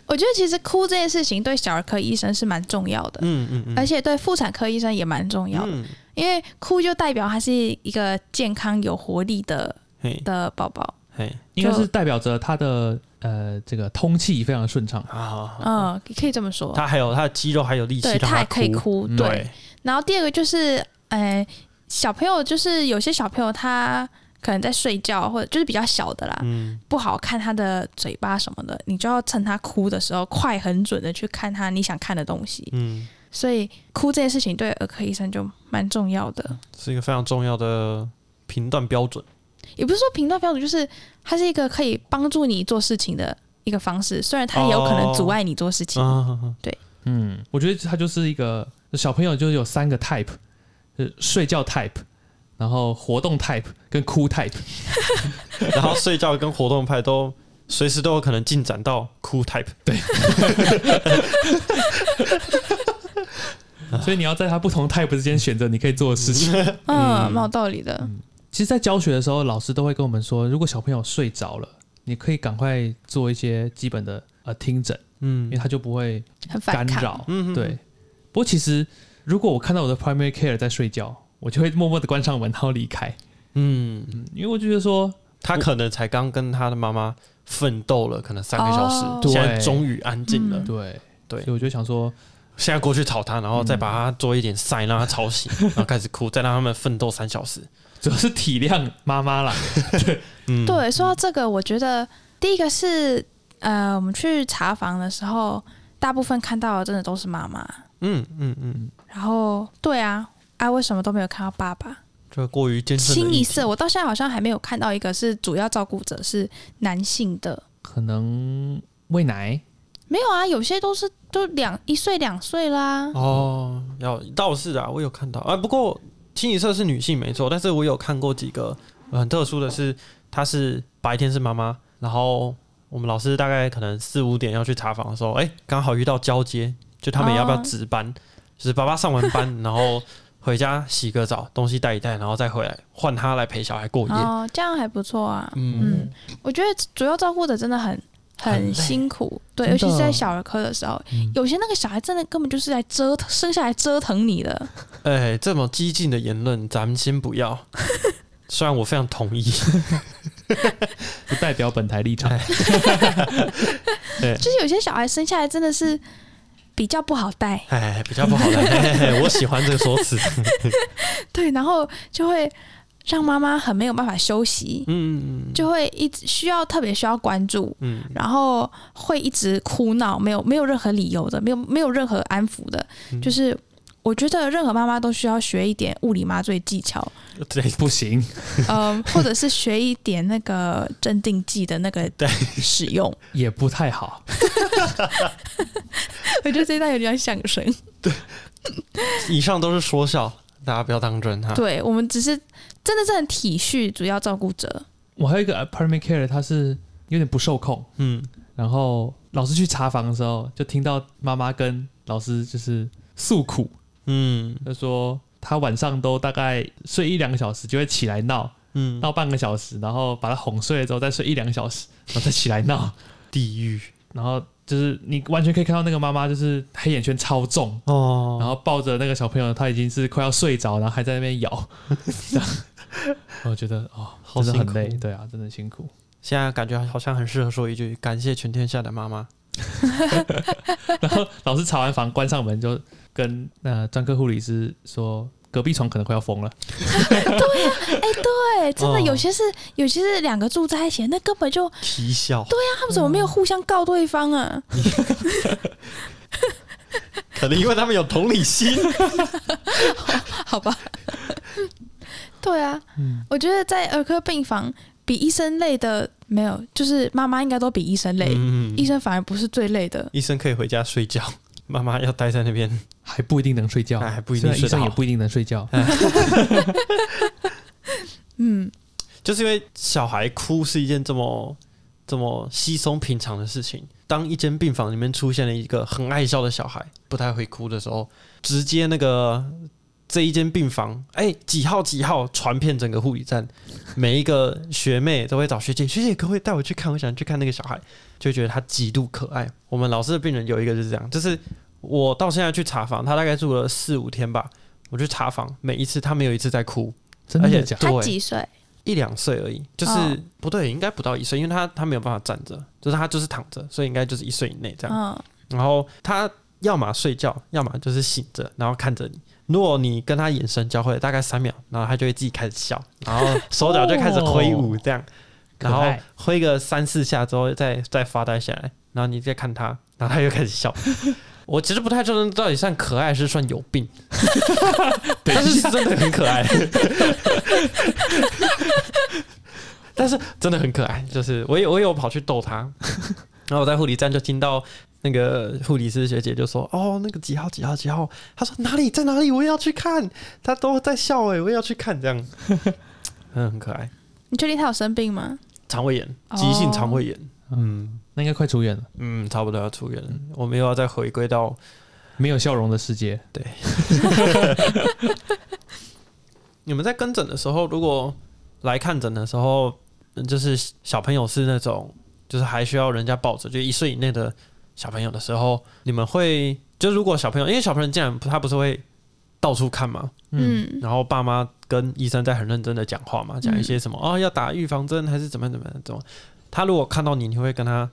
C: 我觉得其实哭这件事情对小儿科医生是蛮重要的，
A: 嗯嗯嗯，
C: 而且对妇产科医生也蛮重要的，
A: 嗯
C: 因为哭就代表他是一个健康有活力的
A: 嘿
C: 的宝宝，
A: 嘿，
B: 应该是代表着他的呃这个通气非常顺畅，
A: 啊，
C: 嗯，可以这么说，
A: 他还有他的肌肉还有力气
C: 对
A: 让
C: 他也
A: 哭
C: 可以，哭，
B: 嗯
C: 对。，然后第二个就是，呃，小朋友就是有些小朋友他呃可能在睡觉，或者就是比较小的啦，
A: 嗯
C: 不好看他的嘴巴什么的，你就要趁他哭的时候，快很准的去看他你想看的东西。
A: 嗯，
C: 所以哭这件事情对儿科医生就蛮重要的，
A: 是一个非常重要的评断标准。
C: 也不是说评断标准，就是它是一个可以帮助你做事情的一个方式，虽然它也有可能阻碍你做事情。
A: 啊，
B: 嗯，我觉得他就是一个小朋友，就是有三个 type，就是睡觉 type，然后活动 type 跟 哭 type。
A: 然后睡觉跟活动派都随时都有可能进展到哭 type。
B: 所以你要在他不同 type 之间选择你可以做的 事情。
C: 嗯，蛮有道理的。
B: 其实，在教学的时候，老师都会跟我们说，如果小朋友睡着了，你可以赶快做一些基本的呃听诊，
A: 嗯
B: 因为他就不会
C: 很反
B: 干
C: 抗。
B: 扰。
A: 嗯，
B: 对，不过其实如果我看到我的 primary care 在睡觉，我就会默默的关上门，然后离开，
A: 嗯，
B: 因为我就觉得说，
A: 他可能才刚跟他的妈妈奋斗了，可能三个小
C: 哦
A: 时，
B: 对
A: 现在终于安静了
C: 嗯。
B: 对
A: 对
B: 所以我就想说，
A: 现在过去吵他，然后再把他做一点晒，让他吵醒，然后开始哭，再让他们奋斗三小时。
B: 主要是体谅妈妈啦，
A: 嗯，
C: 对，说到这个，我觉得第一个是，呃，我们去查房的时候，大部分看到的真的都是妈妈。
A: 嗯嗯嗯，
C: 然后，对啊，啊，为什么都没有看到爸爸？
A: 这个过于艰深的
C: 清
A: 议
C: 一
A: 题
C: 色，我到现在好像还没有看到一个是主要照顾者是男性的。
B: 可能喂奶，
C: 没有啊，有些都是都两一岁两岁啦。
A: 哦，要倒是啊，我有看到啊。不过清一色是女性没错，但是我有看过几个、呃很特殊的是，她是白天是妈妈，然后我们老师大概可能四五点要去查房的时候，哎、刚好遇到交接，就他们也要不要
C: 哦
A: 值班？就是爸爸上完 班，然后回家洗个澡，东西带一带，然后再回来换他来陪小孩过夜。
C: 哦，这样还不错啊。
A: 嗯，
C: 嗯，我觉得主要照顾的真的很
A: 很累
C: 很辛苦，对，
B: 真的
C: 尤其是在小儿科的时候，
A: 嗯
C: 有些那个小孩真的根本就是来折腾，生下来折腾 你的。
A: 哎、这么激进的言论，咱们先不 要。虽然我非常同意，
B: 不代表本台立场。
C: 就是有些小孩生下来真的是比较不好带，
A: 哎，比较不好的，嘿嘿嘿我喜欢这个说辞。
C: 对，然后就会让妈妈很没有办法休息，
A: 嗯，
C: 就会一直需要特别需要关注，
A: 嗯
C: 然后会一直哭闹，没有没有任何理由的，没有没有任何安抚的，
A: 嗯
C: 就是。我觉得任何妈妈都需要学一点物理麻醉技巧，
A: 对，
B: 不行，
C: 嗯，或者是学一点那个镇定剂的那个
A: 对
C: 使用。
B: 也不太好。
C: 我觉得这一段有点像相声。
A: 以上都是说笑，大家不要当真哈。
C: 对我们只是真的是很体恤主要照顾者，
B: 我还有一个呃 apartment care，他是有点不受控，
A: 嗯，
B: 然后老师去查房的时候，就听到妈妈跟老师就是诉苦，
A: 嗯
B: 他说他晚上都大概睡一两个小时就会起来闹，
A: 嗯，
B: 闹半个小时，然后把他哄睡了之后再睡一两个小时，然后再起来闹，
A: 地狱
B: 然后就是你完全可以看到那个妈妈就是黑眼圈超重，然
A: 哦，
B: 后抱着那个小朋友，他已经是快要睡着，然后还在那边 摇，这样我觉得哦，
A: 好
B: 真的
A: 辛
B: 很
A: 苦
B: 累，对啊，真的很辛苦。
A: 现在感觉好像很适合说一句感谢全天下的妈妈。
B: 然后老师查完房，关上门就跟呃专科护理师说，隔壁床可能快要疯了，
C: 哎对，真
A: 哦
C: 的有些是、有些是两个住在一起，那根本就
A: 啼笑，对，
C: 那他们怎么没有互相告对 方啊？
A: 可能因为他们有同理心。
C: 好吧，对啊，
A: 嗯
C: 我觉得在儿科病房比医生累的没有，就是妈妈应该都比医生累，
A: 嗯，
C: 医生反而不是最累的。
A: 医生可以回家睡觉，妈妈要待在那边。
B: 还不一定能睡觉，
A: 哎还不一定
B: 虽然医
A: 睡得
B: 生也
A: 好
B: 不一定能睡 觉，
C: 嗯，
A: 就是因为小孩哭是一件这么这么稀松平常的事情。当一间病房里面出现了一个很爱笑的小孩，不太会哭的时候，直接那个这一间病房，哎、几号几号传遍整个护理站，每一个学妹都会找学姐，学姐可不可以带我去看？我想去看那个小孩，就觉得他极度可爱。我们老师的病人有一个就是这样，就是我到现在去查房，他大概住了四五天吧，我去查房，每一次他没有一次在哭，
B: 真
A: 而
B: 的
A: 且
B: 假的？
C: 他
A: 对
C: 几岁？
A: 一两岁而已，就是、
C: 哦
A: 不对，应该不到一岁，因为他他没有办法站着，就是他就是躺着，所以应该就是一岁以内这样。
C: 嗯，
A: 然后他要么睡觉，要么就是醒着，然后看着你。如果你跟他眼神交汇，大概三秒，然后他就会自己开始笑，然后手脚就开始挥舞
C: 哦
A: 这样，
B: 可
A: 然后
B: 爱
A: 挥个三四下之后再再发呆下来，然后你再看他，然后他又开始 笑。我其实不太确定到底算可爱还是算有 病，但是是真的很可爱。 但是真的很可爱，就是我有我有跑去逗他，然后我在护理站就听到那个护理师学姐就说：“哦，那个几号几号几号？”她说：“哪里在哪里？我也要去看。”她都在笑哎、我也要去看，这样， 嗯，很可爱。
C: 你确定他有生病吗？
A: 肠胃炎，
C: 哦
A: 急性肠胃炎，嗯
B: 那应该快出院了，
A: 嗯，差不多要出院了。我们又要再回归到
B: 没有笑容的世界，
A: 你们在跟诊的时候，如果来看诊的时候，嗯就是小朋友是那种就是还需要人家抱着，就一岁以内的小朋友的时候，你们会就如果小朋友，因为小朋友竟然他不是会到处看嘛，
B: 嗯，
C: 嗯
A: 然后爸妈跟医生在很认真的讲话嘛，讲一些什么、哦要打预防针还是怎么样怎么样怎么样，他如果看到你，你会跟他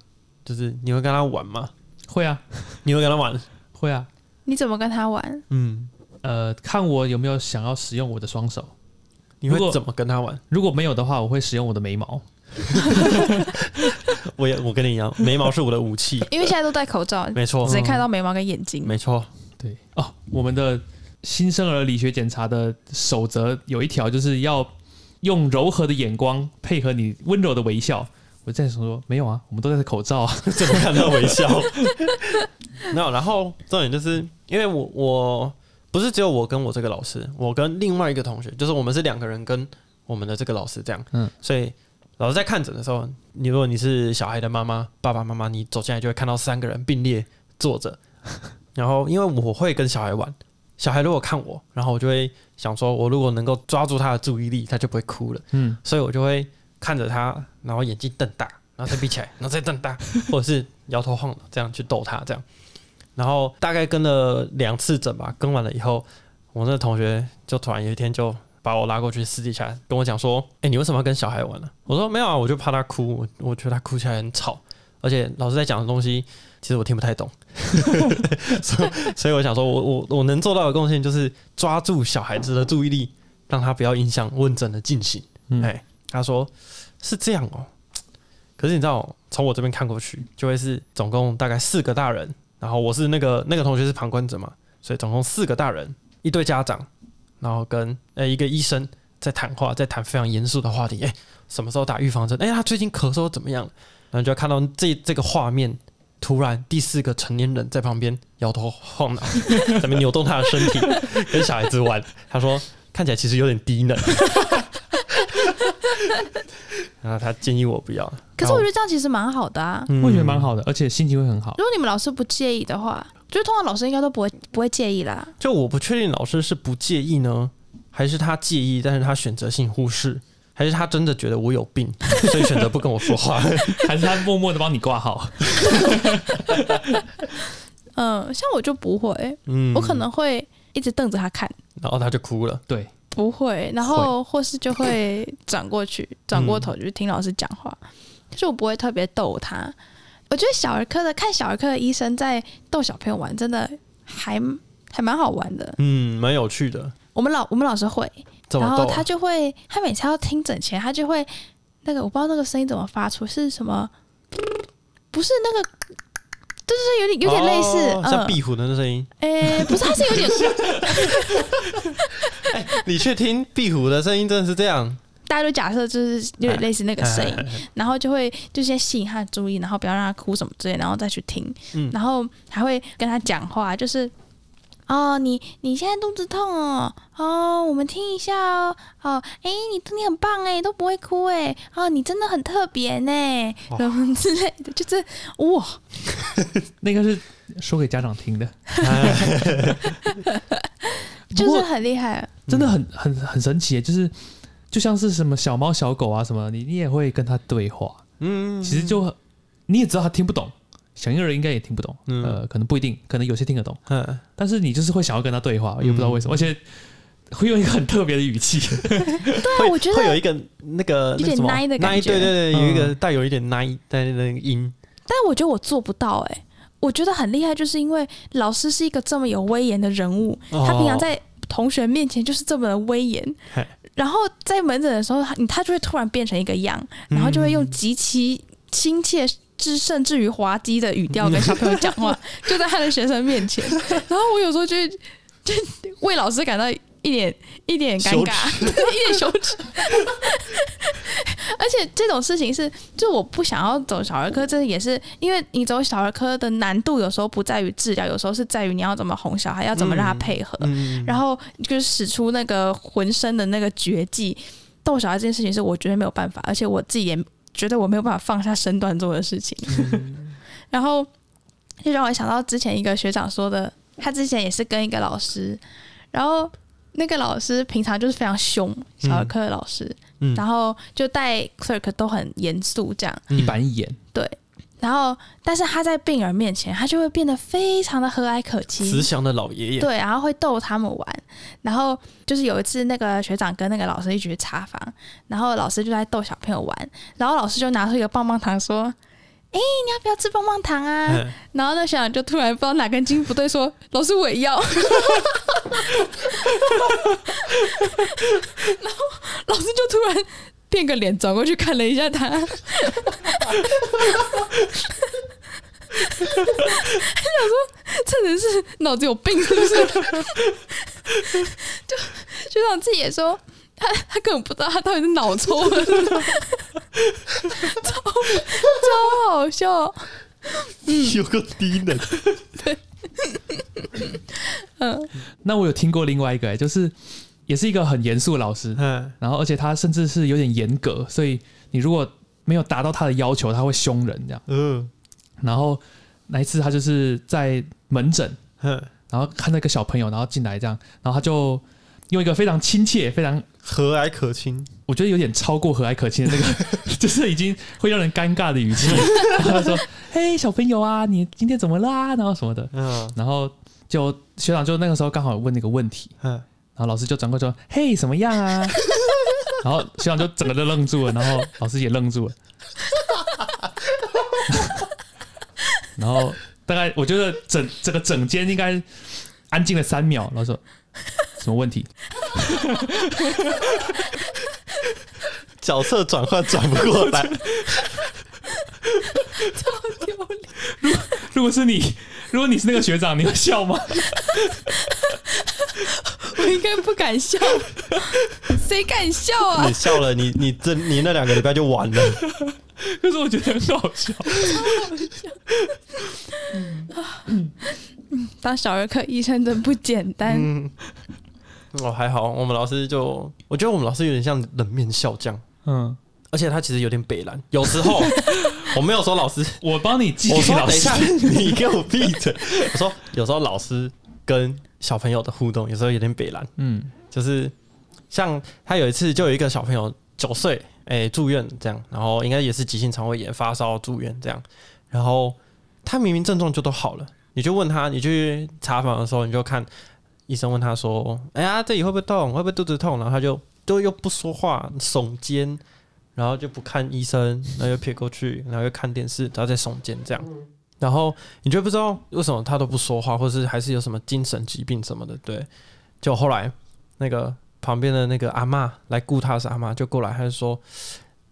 A: 就是你会跟他玩吗？
B: 会啊，
A: 你会跟他玩？
B: 会啊，
C: 你怎么跟他玩？
A: 嗯，
B: 呃，看我有没有想要使用我的双手，
A: 你
B: 如
A: 会
B: 果
A: 怎么跟他玩？
B: 如果没有的话，我会使用我的眉毛，
A: 我也我跟你一样， 眉毛是我的武 器，
C: 因为现在都戴口罩，
A: 没错嗯
C: 只能看到眉毛跟眼睛。
A: 没错，
B: 对哦，我们的新生儿理学检查的守则有一条，就是要用柔和的眼光配合你温柔的微笑。我在想说，没有啊，我们都戴着口罩啊。
A: 怎么看到微 笑？没有，然后重点就是因为我我不是只有我跟我这个老师，我跟另外一个同学，就是我们是两个人跟我们的这个老师这样，
B: 嗯
A: 嗯，所以老师在看诊的时候，你如果你是小孩的妈妈、爸爸妈妈，你走进来就会看到三个人并列坐 着，然后因为我会跟小孩玩。小孩如果看我，然后我就会想说，我如果能够抓住他的注意力，他就不会哭了。
B: 嗯，
A: 所以我就会看着他，然后眼睛瞪大，然后再闭起来，然后再瞪大， 或者是摇头晃脑这样去逗他，这样。然后大概跟了两次诊吧，跟完了以后，我那个同学就突然有一天就把我拉过去私底下跟我讲说：“哎、你为什么要跟小孩玩呢、我说：“没有啊，我就怕他哭，我我觉得他哭起来很吵，而且老师在讲的东西其实我听不太懂， 所以所以我想说我我我能做到的贡献就是抓住小孩子的注意力，让他不要影响问诊的进行。
B: 嗯
A: 哎，他说是这样哦、可是你知道，从我这边看过去，就会是总共大概四个大人，然后我是那个那个同学是旁观者嘛，所以总共四个大人，一对家长，然后跟呃一个医生在谈话，在谈非常严肃的话题。哎、什么时候打预防针？哎、他最近咳嗽怎么样了？然后你就看到这这个画面。突然，第四个成年人在旁边摇头晃脑， 在那边扭动他的身体， 跟小孩子玩。他说：“看起来其实有点低能。” 然后他建议我不要。
C: 可是我
A: 然
C: 觉
A: 后
C: 得这样其实蛮好的啊。
A: 嗯
B: 我觉得蛮好的，而且心情会 很好
C: 如。果你们老师不介意的话，就是通常老师应该都不会不会介意啦。
A: 就我不确定老师是不介意呢，还是他介意，但是他选择性忽视，还是他真的觉得我有病， 所以选择不跟我说 话。
B: 还是他默默的帮你挂号，
C: 嗯，像我就不会，
A: 嗯
C: 我可，能会一直瞪着他看，
A: 然后他就哭了。
B: 对，
C: 不会，然后或是就会转过去，转过头去听老师讲话，但是我不会特别逗他。我觉得小儿科的看小儿科的医生在逗小朋友玩，真的还还蛮好玩的。
A: 嗯，蛮有趣的。
C: 我们老我们老师会，
A: 怎
C: 然
A: 么
C: 后
A: 逗啊
C: 他就会，他每次要听诊前，他就会那个我不知道那个声音怎么发出，是什么？不是那个，就是有点有点类似，
A: 哦像
C: 嗯，
A: 壁虎的那声音。
C: 诶、不是，它是有点，
A: 你去听壁虎的声音，真的是这样。
C: 大家都假设就是有点类似那个声
A: 哎
C: 音，然后就会就先吸引他的注意，然后不要让他哭什么之类，然后再去听，
A: 嗯
C: 然后还会跟他讲话，就是。哦，你你现在肚子痛哦，哦，我们听一下哦，哦，诶，你你很棒诶，都不会哭诶，哦，你真的很特别呢，
A: 哇
C: 什么之类的，就是哇，
B: 那个是说给家长听 的，
A: 哎
B: 不
C: 就是
B: 过
C: 很厉害。
B: 真的很
A: 嗯
B: 很很神奇耶，就是就像是什么小猫小狗啊什么，你你也会跟它对话，
A: 嗯，
B: 其实就很你也知道它听不懂，小婴儿应该也听不懂，
A: 嗯
B: 呃，可能不一定，可能有些听得懂，
A: 嗯
B: 但是你就是会想要跟它对话，也不知道为什么，而且会用一个很特别的语气，
C: 对啊，我觉
A: 会有
C: 得，
A: 一个那个
C: 有点
A: 那什么啊
C: 奶的感觉
A: 奶对对对，
B: 嗯
A: 有一个带有一点奶的那个音。
C: 但我觉得我做不到诶，我觉得很厉害，就是因为老师是一个这么有威严的人物，
A: 哦
C: 他平常在同学面前就是这么的威严
A: 嘿，
C: 然后在门诊的时候，他他就会突然变成一个样，
A: 嗯
C: 然后就会用极其亲切。至甚至于滑稽的语调跟小朋友讲话，
A: 嗯
C: 就在他的学生 面前。然后我有时候就会就为老师感到一点一点尴尬，一点羞耻。 而且这种事情是，就我不想要走小儿科，这也是因为你走小儿科的难度，有时候不在于治疗，有时候是在于你要怎么哄小孩，要怎么让他
A: 嗯
C: 配合。
A: 嗯，
C: 然后就是使出那个浑身的那个绝技逗小孩这件事情，是我觉得没有办法，而且我自己也觉得我没有办法放下身段做的事情。 然后就让我想到之前一个学长说的，他之前也是跟一个老师，然后那个老师平常就是非常凶，小儿科的老师，
A: 嗯
C: 然后就带 clerk 都很严肃这样，
A: 嗯
B: 一板一眼，
C: 然后但是他在病人面前，他就会变得非常的和蔼可亲，
A: 慈祥的老爷爷，
C: 对，然后会逗他们玩。然后就是有一次，那个学长跟那个老师一起去查房，然后老师就在逗小朋友玩，然后老师就拿出一个棒棒糖说：“哎、你要不要吃棒棒糖啊？”
A: 嗯
C: 然后那学长就突然不知道哪根筋不对，说：“老师，我也要。”然后老师就突然变个脸，转过去看了一下他，他想说：“这人 是脑子有病是不是？”就学长自己也说：“他他根本不知道他到底是脑抽了 是不是，超超好笑。
A: 有个低能，
B: 那我有听过另外一个、欸，就是也是一个很严肃的老师，
A: 嗯，
B: 然后而且他甚至是有点严格，所以你如果没有达到他的要求，他会凶人这样。
A: 嗯，
B: 然后那一次他就是在门诊，
A: 嗯
B: 然后看到一个小朋友，然后进来这样，然后他就用一个非常亲切、非常
A: 和蔼可亲，
B: 我觉得有点超过和蔼可亲的那个， 就是已经会让人尴尬的语气。然后他说：“ 嘿，小朋友啊，你今天怎么啦？然后什么的。
A: 嗯”
B: 然后就学长就那个时候刚好有问那个问题，
A: 嗯，
B: 然后老师就转过去说：“嘿，什么样啊？” 然后学长就整个都愣住了，然后老师也愣住了。 然后大概我觉得整整个整间应该安静了三秒，然后说：“什么问题？”
A: 角色转换转不过来，
B: 如果是你，如果你是那个学长，你会笑吗？
C: 我应该不敢笑，谁敢笑啊
A: 你？笑了，你你这你那两个礼拜就完了，
B: 可是我觉得很好笑。
C: 当小儿科医生真不简单。
A: 嗯，哦还好，我们老师就我觉得我们老师有点像冷面笑匠，
B: 嗯，
A: 而且他其实有点北蓝，有时 候我没有说老师，
B: 我帮你记
A: 我
B: 给
A: 说
B: 老
A: 等一
B: 师
A: 下。，你给我闭嘴，我说有时候老师跟小朋友的互动有时候有点北蓝，
B: 嗯
A: 就是像他有一次就有一个小朋友九岁，哎、住院这样，然后应该也是急性肠胃炎发烧住院这样，然后他明明症状就都好了，你就问他，你去查房的时候你就看医生问他说，哎呀这里会不会痛，会不会肚子痛，然后他就就又不说话，耸肩，然后就不看医生，然后又撇过去，然后又看电视，然后再耸肩这样。然后你就不知道为什么他都不说话，或是还是有什么精神疾病什么的，对。就后来那个旁边的那个阿嬷来雇他是阿嬷，就过来，他就说：“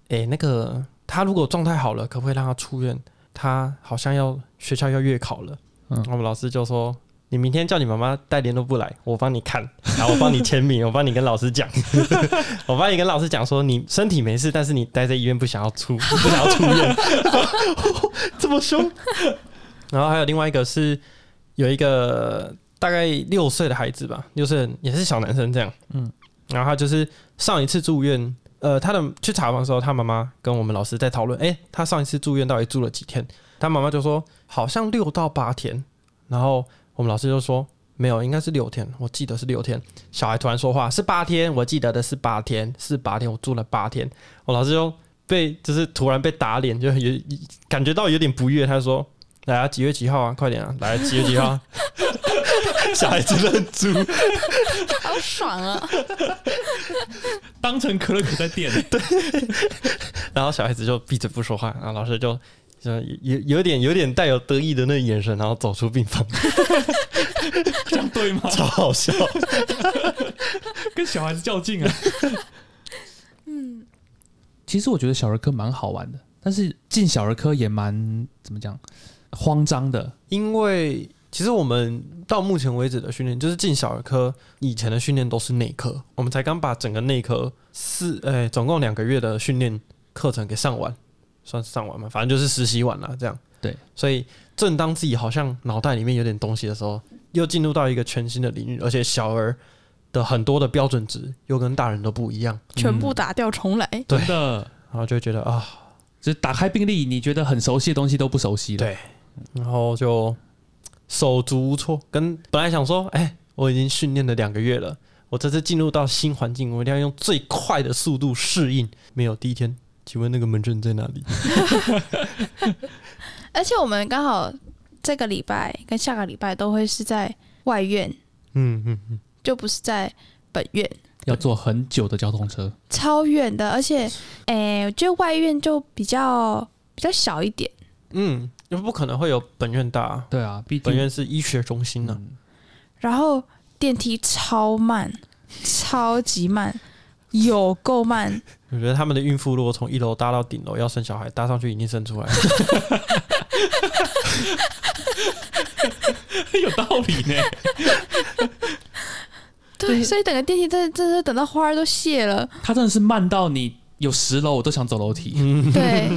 A: 诶，那个他如果状态好了，可不可以让他出院？他好像要学校要月考了。”
B: 嗯
A: 嗯，我们老师就说：“你明天叫你妈妈带联络簿来，我帮你看， 然后我帮你签名，我帮你跟老师讲， 我帮你跟老师讲说你身体没事，但是你待在医院不想要出， 不想要出院，这么凶。”然后还有另外一个是有一个大概六岁的孩子吧，六岁也是小男生这样，嗯
B: 嗯，
A: 然后他就是上一次住院，呃，他的去查房的时候，他妈妈跟我们老师在讨论，诶，他上一次住院到底住了几天？他妈妈就说好像六到八天，然后我们老师就说没有，应该是六天，我记得是六天。小孩突然说话是八天，我记得的是八天，是八天，我住了八天。我老师就被就是突然被打脸，就有感觉到有点不悦，他就说来啊，几月几号啊？快点啊！来，几月几号啊？ 小孩子认猪，
C: 好爽啊！
B: 当成可乐可在店，
A: 然后小孩子就闭嘴不说话，然后老师就就有有点有点带有得意的那个眼神，然后走出病房，
B: 这样对吗？
A: 超好笑。
B: 跟小孩子较劲啊。嗯，
C: 嗯
B: 其实我觉得小儿科蛮好玩的，但是进小儿科也蛮怎么讲慌张的。
A: 因为其实我们到目前为止的训练，就是进小儿科以前的训练都是内科，我们才刚把整个内科四呃、总共两个月的训练课程给上完，算是上完嘛，反正就是实习完了这样。
B: 对，
A: 所以正当自己好像脑袋里面有点东西的时候，又进入到一个全新的领域，而且小儿的很多的标准值又跟大人都不一样，
C: 全部打掉重来，
A: 对
B: 真的，
A: 然后就会觉得啊，
B: 就是打开病历，你觉得很熟悉的东西都不熟悉了。
A: 对然后就手足无措。跟本来想说，哎、我已经训练了两个月了，我这次进入到新环境，我一定要用最快的速度适应。没有第一天，请问那个门诊在哪里？
C: 而且我们刚好这个礼拜跟下个礼拜都会是在外院，
A: 嗯嗯嗯，
C: 就不是在本院，
B: 要坐很久的交通车。
C: 超远的。而且，诶、我觉得外院就比较比较小一点，
A: 嗯，因为不可能会有本院大啊、
B: 对啊，毕
A: 本
B: 竟嗯
A: 院是医学中心 呢、
C: 然后电梯超慢，超级慢，有够慢。
A: 我觉得他们的孕妇如果从一楼搭到顶楼要生小孩，搭上去一定生出来。
B: 有道理呢。
C: 对，所以等个电梯真的真的是等到花儿都谢了，
B: 它真的是慢到你有十楼我都想走楼梯。
C: 对，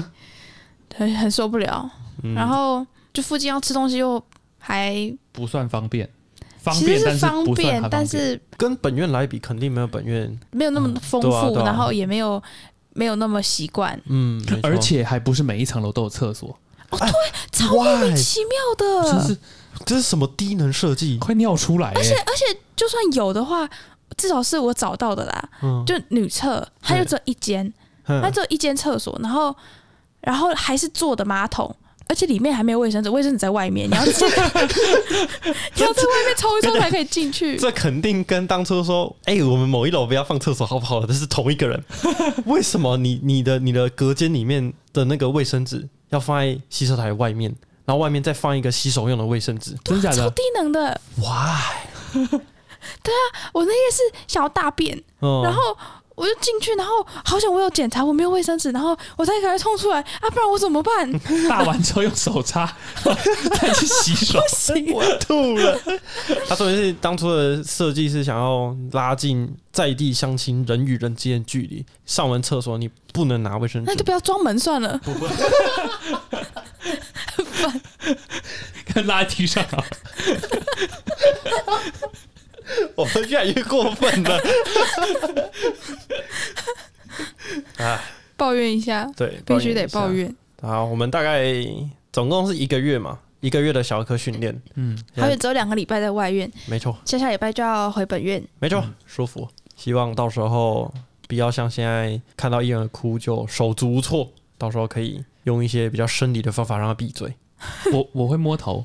C: 很很受不了。
A: 嗯
C: 然后就附近要吃东西又还
B: 不算方便，方
C: 其
B: 便
C: 实
B: 但
C: 方
B: 不算它
C: 但是
A: 跟本院来比，肯定没有本院，
C: 没有那么丰
A: 对啊
C: 富，
A: 对啊
C: 然后也没有没有那么习惯，
A: 嗯，没错
B: 而且还不是每一层楼都有厕所，
C: 超莫
A: why
C: 名其妙
B: 真
C: 的。
B: 是
A: 这是什么低能设计？
B: 快尿出来、欸。而且
C: 呃就算有的话，至少是我找到的啦。
A: 嗯，
C: 就女厕，它就只有一间，它
A: 嗯
C: 只有一间厕所，然后然后还是坐的马桶。而且里面还没有卫生纸，卫生纸在外面，你要 进， 你要在外面抽一抽才可以进去。
A: 这肯定跟当初说，哎、我们某一楼不要放厕所好不好？这是同一 个人。为什么你你的你的隔间里面的那个卫生纸要放在洗手台外面，然后外面再放一个洗手用的卫生纸
B: 真 假
C: 超
B: 的，
C: 低能的，
A: ？Why？
C: 我那天是想要大便，
A: 嗯，
C: 然后我就进去，然后好想我有检查，我没有卫生纸，然后我才赶快冲出来啊，不然我怎么 办？
B: 大完之后用手擦，再去洗手。
A: 我吐了。 他说的是当初的设计是想要拉近在地乡亲人与人之间的距离。上完厕所你不能拿卫生
C: 那
A: 纸
C: 就，不要装门算了。
B: 跟拉在地上啊，
A: 我们越来越过分了。啊，
C: 抱怨一下，
A: 对，
C: 必须得
A: 一下
C: 抱。怨。
A: 好，我们大概总共是一个月嘛，一个月的小儿科训练，
B: 嗯，
C: 还有只有两个礼拜在外院，
A: 没错，
C: 下下礼拜就要回本院。
A: 没错，舒服。希望到时候不要像现在看到一人哭就手足无措，到时候可以用一些比较生理的方法让他闭嘴。
B: 我我会摸头，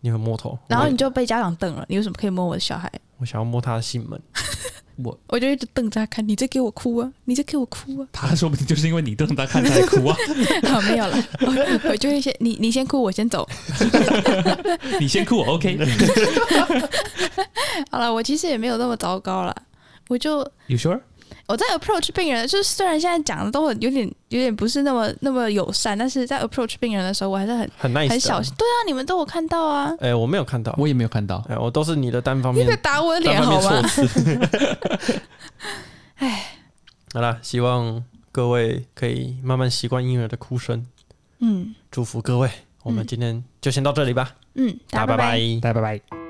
A: 你会摸头，
C: 然后
A: 我
C: 你就被家长瞪了，你为什么可以摸我的小孩？
A: 我想要摸他的心门，
B: 我，
C: 我就一直瞪着他看，你在给我哭啊，你在给我哭啊
B: 他说不定就是因为你瞪他看他在哭啊，
C: 好没有了， 我我就会先你你先哭，我先走。
B: 你先哭我 OK，
C: 好了，我其实也没有那么糟糕了，我就
B: You sure？
C: 我在 approach 病人，就是虽然现在讲的都很有点有点不是那么那么友善，但是在 approach 病人的时候，我还是很
A: 很 nice，的
C: 很小心。对啊，你们都有看到啊，
A: 哎、我没有看到，
B: 我也没有看到，
A: 哎、我都是你的单方
C: 你
A: 面
C: 别打我的脸
A: 单方
C: 好
A: 面
C: 吗？
A: 措辞。
C: 哎，
A: 好啦，希望各位可以慢慢习惯婴儿的哭声，
C: 嗯
A: 祝福各位。我们
C: 嗯
A: 今天就先到这里吧，
C: 嗯，
A: 大家
C: 打
A: 拜
C: 拜
A: 拜
B: 拜拜拜。